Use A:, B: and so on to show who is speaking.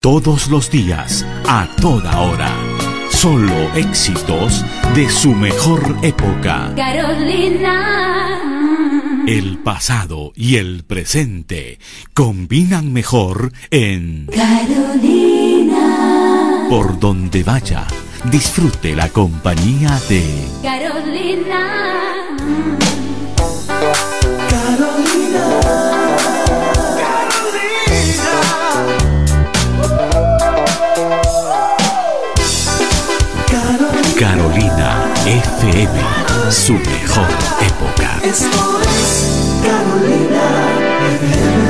A: todos los días, a toda hora. Solo éxitos de su mejor época.
B: Carolina.
A: El pasado y el presente combinan mejor en
B: Carolina.
A: Por donde vaya. Disfrute la compañía de
B: Carolina.
A: Carolina FM, su mejor época.
C: Esto es Carolina. FM.